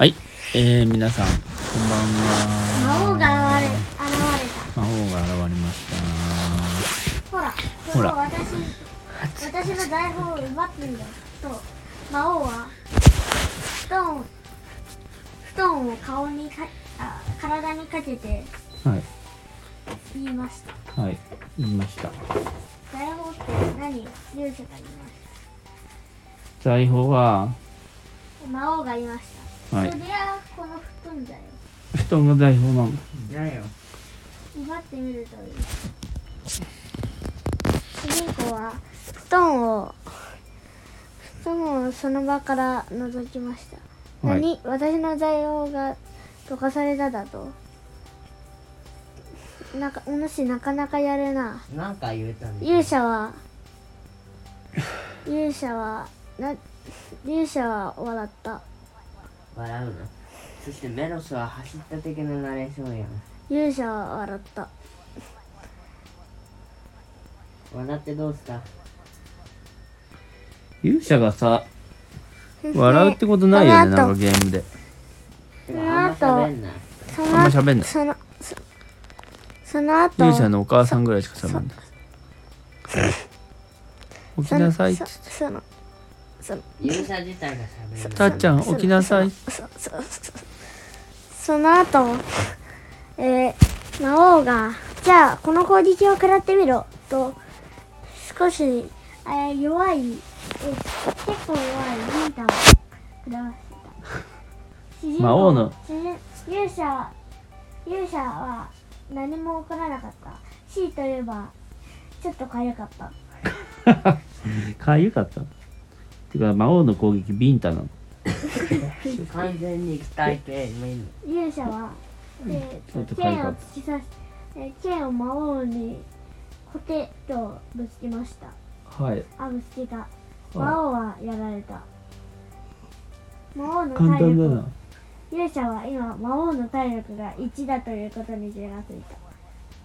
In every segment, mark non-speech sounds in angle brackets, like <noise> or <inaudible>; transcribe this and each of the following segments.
えー、皆さん、こんばん魔王は。が現れ魔王が現れまし現れたほらほらこの私私の台本を奪ってんだと魔王は布団を布団を顔にかあ体にかけてた。はい。言いましたはい。言いました。台本って何勇者が言いまし財宝は、た魔王が言いましはたいそ。りゃこの布団だよ布団が財宝なの。だよ。奪ってみるといい主人公は布団を布団をその場から覗きました、はい何私の財宝が溶かされただとなんかお主なかなかやるななんか言うたんだよ勇者は勇者はな勇者は笑った笑うの。そしてメロスは走った的なナレーションやん。勇者は笑った笑ってどうした勇者がさ、 <laughs> 笑うってことないよね、このなん後かゲームで。てかあんま喋んな。そのあんま喋んないそのそその後勇者のお母さんぐらいしか喋んない。起きそのなさいってそ。そのその勇者自体が喋るたっちゃん、起きなさい。そそそその後えー、魔王がじゃあこの攻撃を食らってみろと少し、えー弱い、えー結構弱いリーダーを食らわせた魔王の主人主人勇者勇者は何も起こらなかった強いといえばちょっとかゆかったかゆかった。てか、魔王の攻撃、ビンタなの。完全に鍛えて、みんな。勇者は、えちょっー、と剣軽かをっ突き刺し、えー、剣を魔王にコテッとぶつけましたはい。あぶつけた魔王はやられた魔王の簡単体だ力な。勇者は今魔王の体力が1だということに気がついた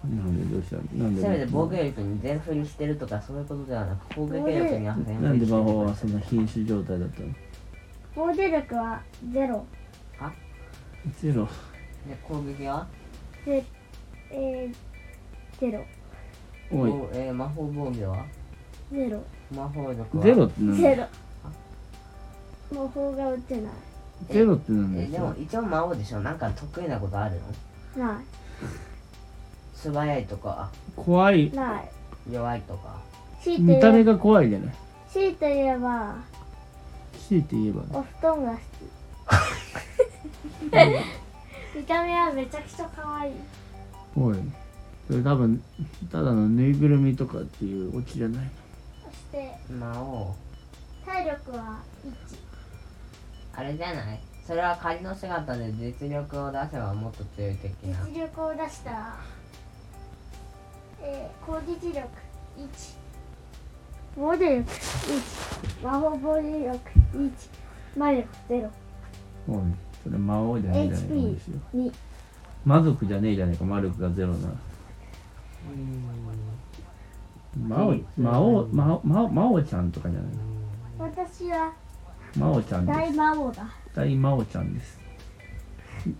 なんでどうしたなんでせめて防御力に全振りしてるとかそういうことではなく、攻撃力には全振りしてる。なんで魔法はそんな瀕死状態だったの防御力はゼロゼロで攻撃はゼ,、えー、ゼロおいおえー魔法防御はゼロ魔法力はゼロってなんだゼロ魔法が打てないゼロってなんえーだでよも一応魔王でしょなんか得意なことあるのな素早いとか、怖いいない弱いとか。強いて言見えた目が怖いじゃない強いて言えば強いて言えばねお布団が好き <laughs> 見た目はめちゃくちゃ可愛いおいそれ多分ただのぬいぐるみとかっていうオチじゃないそして魔王。体力はあれじゃないそれは仮の姿で実力を出せばもっと強い的1な実力を出したら、えー、攻撃力1防御力1魔法防御力1魔力おいそれ魔王じゃねえじゃないか HP おいしよ02魔族じゃねえじゃないか魔力がゼロなら魔王魔王魔王魔王魔王ちゃんとかじゃない私は魔王ちゃんで大す魔王だ大魔王ちゃんです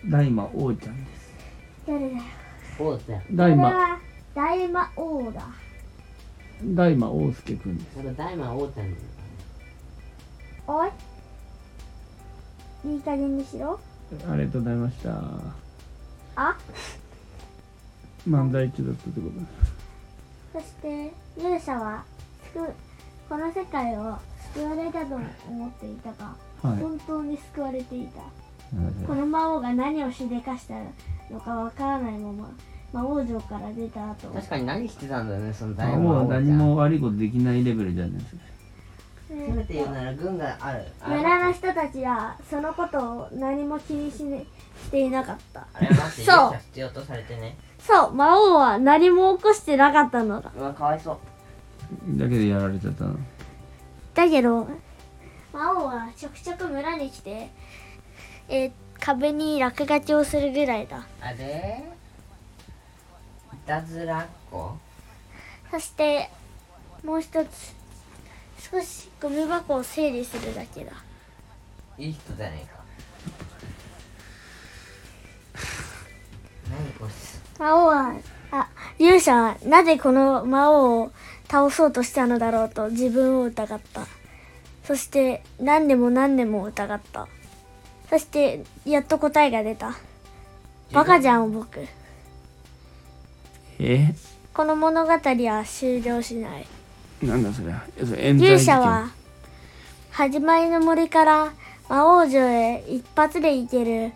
大魔王ちゃんです誰だよ王ちゃん大これ魔は大魔王だ大魔王介くんですそれ大魔王ちゃんおいいい加減にしろありがとうございましたあ漫才中だったってことそして勇者は救うこの世界を救われたと思っていたが、はい。本当に救われていた、この魔王が何をしでかしたのかわからないまま魔王城から出た後確かに何してたんだよねその大魔も王うちゃん何も悪いことできないレベルじゃないですか。せめて言うなら軍があるあれ村の人たちはそのことを何も気にし,、ね、していなかったあれはマジでそう勇者必要とされてねそう魔王は何も起こしてなかったのだうわかわいそうだけどやられちゃったの。だけど魔王はちょくちょく村に来て、えー壁に落書きをするぐらいだあれいたずらっ子そしてもう一つ少しゴミ箱を整理するだけだいい人じゃないかこいつ魔王は、あ、勇者はなぜこの魔王を倒そうとしたのだろうと自分を疑った。そして何でも何でも疑った。そしてやっと答えが出た。バカじゃん僕。えこの物語は終了しない。なんだそれえそれ冤罪勇事件者は始まりの森から魔王城へ一発で行ける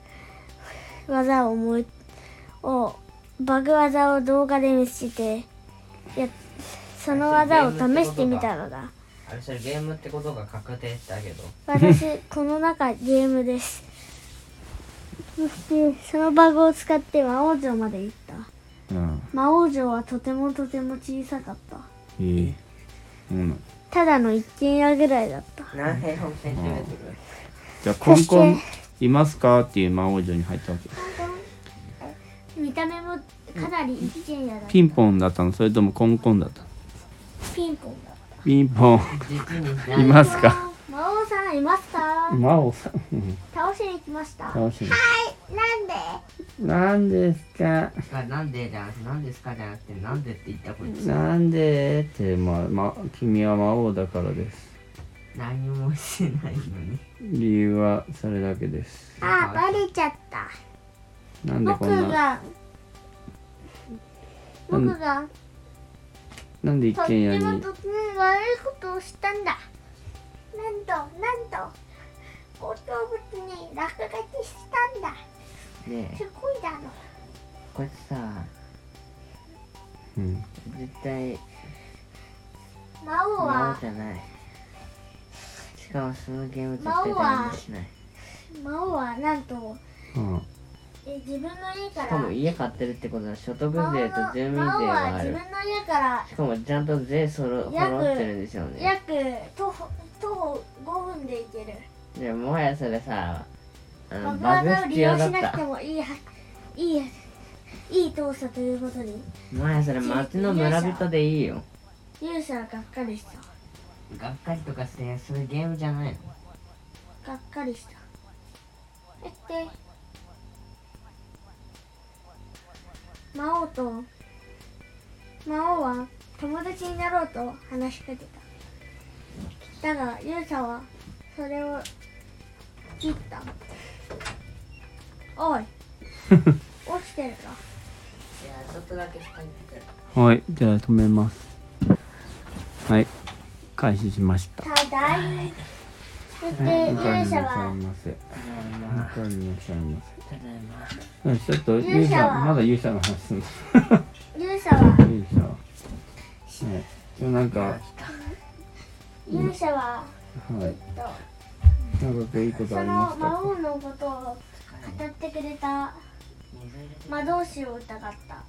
技を思いをバグ技を動画で見つけてやその技を試してみたのだあれそれゲームってことが確定したけど私 <laughs> この中ゲームですそしてそのバグを使って魔王城まで行ったうん魔王城はとてもとても小さかったええうんただの一軒家ぐらいだった何平方センチメートじゃあコンコンそしいますかっていう魔王城に入ったわけ見た目もかなり一軒家だったピンポンだったのそれともコンコンだったのピンポンだピンポンル実にい何ますか魔王さんいますか魔王さんうん倒しに来ました楽しいなんでなんですかかなんでじゃなくてなんですかじゃなくてなんでって言ったこいつなんでって、まあま、君は魔王だからです何もしてないのに理由はそれだけですあバレちゃったなんでこ僕んなが僕がなんで一とって軒家もにとっても悪いことをしたんだなんとなんと高等物に落書きしたんだねえすごいだろこいつさうん絶対魔王魔王はじゃないしかもそのゲーム絶対誰もしない魔王はなんとあえ自分の家かしらかも家買ってるってことは所得税と住民税魔王がはあ自る分の家からしかもちゃんと税そろ約払ってるんでしょうね約徒歩徒歩5分で行けるでもはやそれさあの爆バグ技を必利要用だしっなくたてもいいはいいいい動作ということにもはやそれ町の村人でいいよ勇者はがっかりしたがっかりとかしてそれゲームじゃないのがっかりしたえって魔王と魔王は友達になろうと話しかけただが勇者はそれを切ったおい起きてるかいやちょっとだけ下に来てあはいじゃあ止めますはい開始しましたただいそして勇者はませただい本ま当にいらっしゃいませただいうまんちょっと勇勇者者はまだ勇者の話 <laughs> すんの勇者は勇者ははいでもなんかは勇者は、えっと、いなんかいいことそありまのし魔た王のことを語ってくれた水入れて魔導士を疑った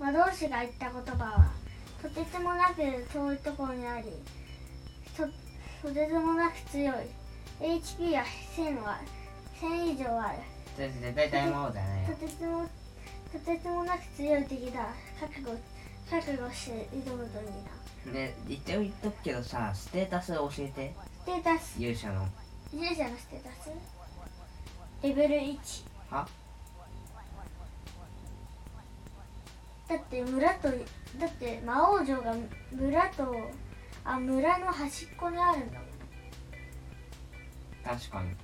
魔導士が言った言葉はとてつもなく遠いところにありととてつもなく強い HP や1000は1000以上あるそれ絶対大魔王だとねてつもとてつもなく強い敵だ覚悟覚悟して挑むといいなで一応言っとくけどさステータス教えてステータス勇者の勇者のステータスレベル1はだって村とだって魔王城が村とあ村の端っこにあるんだもん確かにっ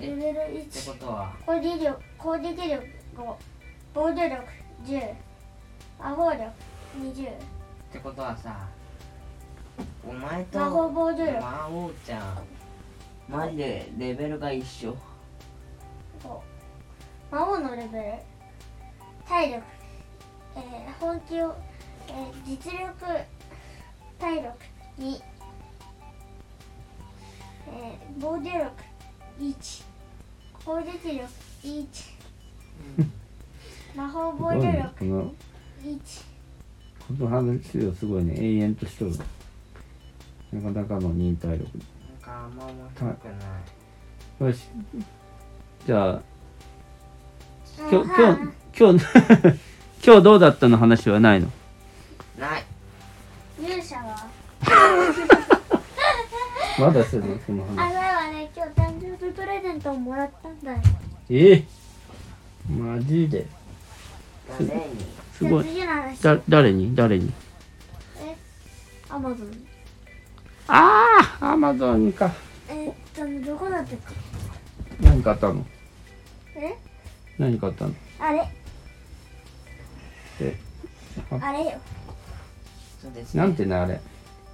えレベルてこ1とは攻撃力攻撃力5防御力10魔法力20ってことはさお前と魔法防御力魔王ちゃんマジでレベルが一緒こう魔王のレベル体力、えー本気を、えー実力体力2、えー防御力1攻撃力1魔法防御すごい力ねこの1この話はすごいね永遠としとるなかなかの忍耐力なんかあんま面白くないよしじゃああ今日はあ今日今日 <laughs> 今日どうだったの話はないのない勇者はまだするのそのあ話れはね今日誕生日プレゼントをもらったんだよええマジで誰にすごいじゃあ次の話だ誰に誰にえアマゾンああアマゾンかえっとどこだったっけ何買ったのえ何買ったのあれえあれよそうですねなんてねあれ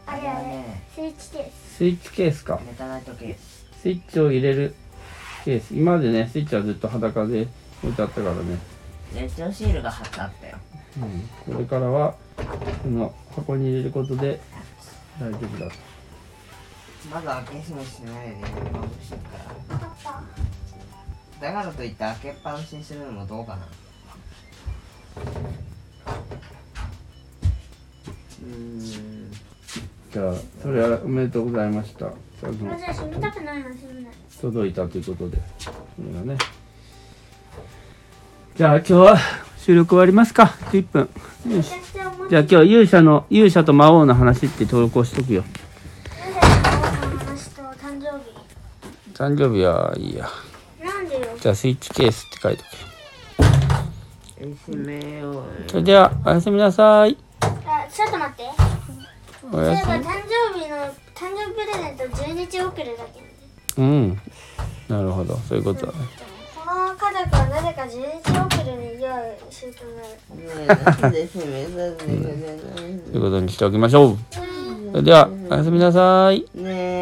あれはあれねスイッチですスイッチケースかメタナイトケーススイッチを入れるケース今までねスイッチはずっと裸で置いてあったからね、レッドシールが貼ってあったよこれからはこの箱に入れることで大丈夫だまだ開け閉めしないで今もしてるからパパだからといって開けっぱなしにするのもどうかなうーんじゃあそれはおめでとうございましたあの私は閉めたくないな閉めない届いたということでこれがねじゃあ今日は収録終わりますか10分めちゃくちゃ思ってじゃあ今日勇者の勇者と魔王の話って登録をしとくよなぜかの話と誕生日誕生日はいいやなんでよじゃあスイッチケースって書いとけ閉めようそれではおやすみなさいあちょっと待っておそういやえすば誕生日の誕生日プレゼント10日遅れだけどねみうんなるほどそういうことだねこの家族はなぜか10日遅れに用意しようとなるねえなんで閉めさせてくれないということにしておきましょうそれではおやすみなさいのねえ